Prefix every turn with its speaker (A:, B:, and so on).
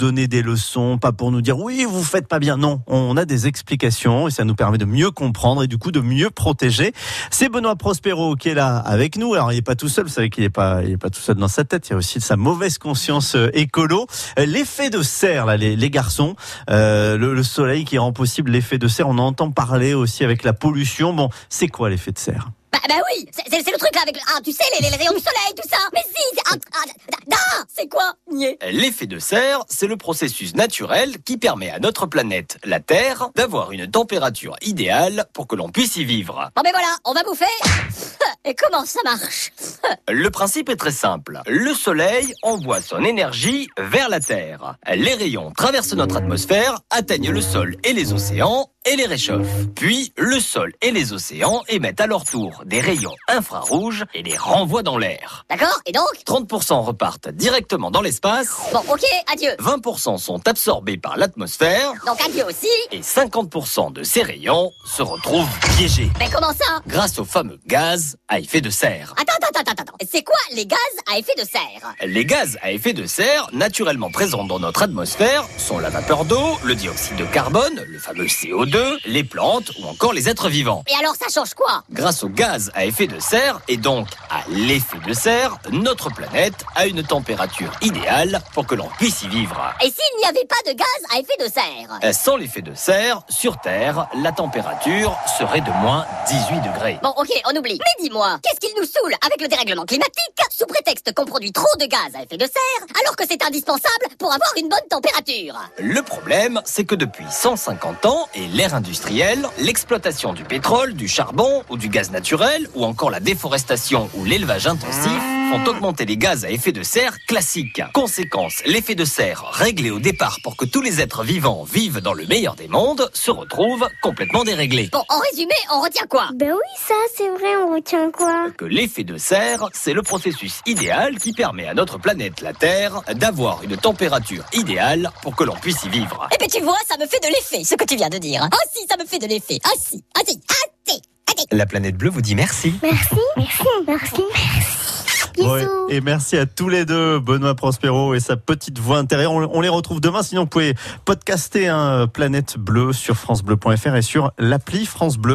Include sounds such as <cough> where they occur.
A: donner des leçons, pas pour nous dire oui, vous faites pas bien. Non, on a des explications et ça nous permet de mieux comprendre et du coup de mieux protéger. C'est Benoît Prospero qui est là avec nous. Alors il est pas tout seul, vous savez qu'il est pas il est pas tout seul dans sa tête, il y a aussi sa mauvaise conscience euh, écolo, Euh, l'effet de serre là les, les garçons, euh, le, le soleil qui rend possible l'effet de serre, on en entend parler aussi avec la pollution. Bon, c'est quoi l'effet de serre
B: Bah, bah oui, c'est c'est- c'est le truc là avec le, ah, tu sais, les, les rayons du soleil, tout ça. Mais si, c'est, ah, ah, ah, ah, c'est quoi Nier.
C: L'effet de serre, c'est le processus naturel qui permet à notre planète, la Terre, d'avoir une température idéale pour que l'on puisse y vivre.
B: Bon ben voilà, on va bouffer. <laughs> Et comment ça marche
C: Le principe est très simple. Le Soleil envoie son énergie vers la Terre. Les rayons traversent notre atmosphère, atteignent le sol et les océans et les réchauffent. Puis, le sol et les océans émettent à leur tour des rayons infrarouges et les renvoient dans l'air.
B: D'accord Et donc
C: 30% repartent directement dans l'espace,
B: Bon, ok, adieu.
C: 20% sont absorbés par l'atmosphère,
B: Donc adieu aussi.
C: et 50% de ces rayons se retrouvent piégés
B: Mais Ben, comment ça
C: grâce au fameux gaz à effet de serre.
B: Attends, attends, attends, attends, attends. C'est quoi les gaz à effet de serre
C: Les gaz à effet de serre naturellement présents dans notre atmosphère sont la vapeur d'eau, le dioxyde de carbone, le fameux CO2, les plantes ou encore les êtres vivants.
B: Et alors ça change quoi
C: Grâce au gaz à effet de serre et donc à l'effet de serre, notre planète a une température idéale pour que l'on puisse y vivre.
B: Et s'il n'y avait pas de gaz à effet de serre
C: Euh, Sans l'effet de serre, sur Terre, la température serait de moins 18 degrés.
B: Bon, ok, on oublie. Mais dis-moi, qu'est-ce qu'il nous saoule avec le dérèglement climatique sous prétexte qu'on produit trop de gaz à effet de serre alors que c'est indispensable pour avoir une bonne température
C: Le problème, c'est que depuis 150 ans et l'ère industrielle, l'exploitation du pétrole, du charbon ou du gaz naturel, ou encore la déforestation ou l'élevage intensif, font augmenter les gaz à effet de serre classiques. Conséquence, l'effet de serre, réglé au départ pour que tous les êtres vivants vivent dans le meilleur des mondes, se retrouve complètement déréglé.
B: Bon, en résumé, on retient quoi
D: Ben oui, ça, c'est vrai, on retient quoi
C: que l'effet de serre, c'est le processus idéal qui permet à notre planète, la Terre, d'avoir une température idéale pour que l'on puisse y vivre.
B: Eh ben tu vois, ça me fait de l'effet, ce que tu viens de dire. Ah si, ça me fait de l'effet. Ah si, ah si, ah si.
C: La planète bleue vous dit merci.
D: Merci, merci, merci, merci.
A: Ouais.
D: Bisous.
A: Et merci à tous les deux, Benoît Prospero et sa petite voix intérieure. On, on les retrouve demain. Sinon, vous pouvez podcaster hein, Planète Bleue sur FranceBleu.fr et sur l'appli France Bleu.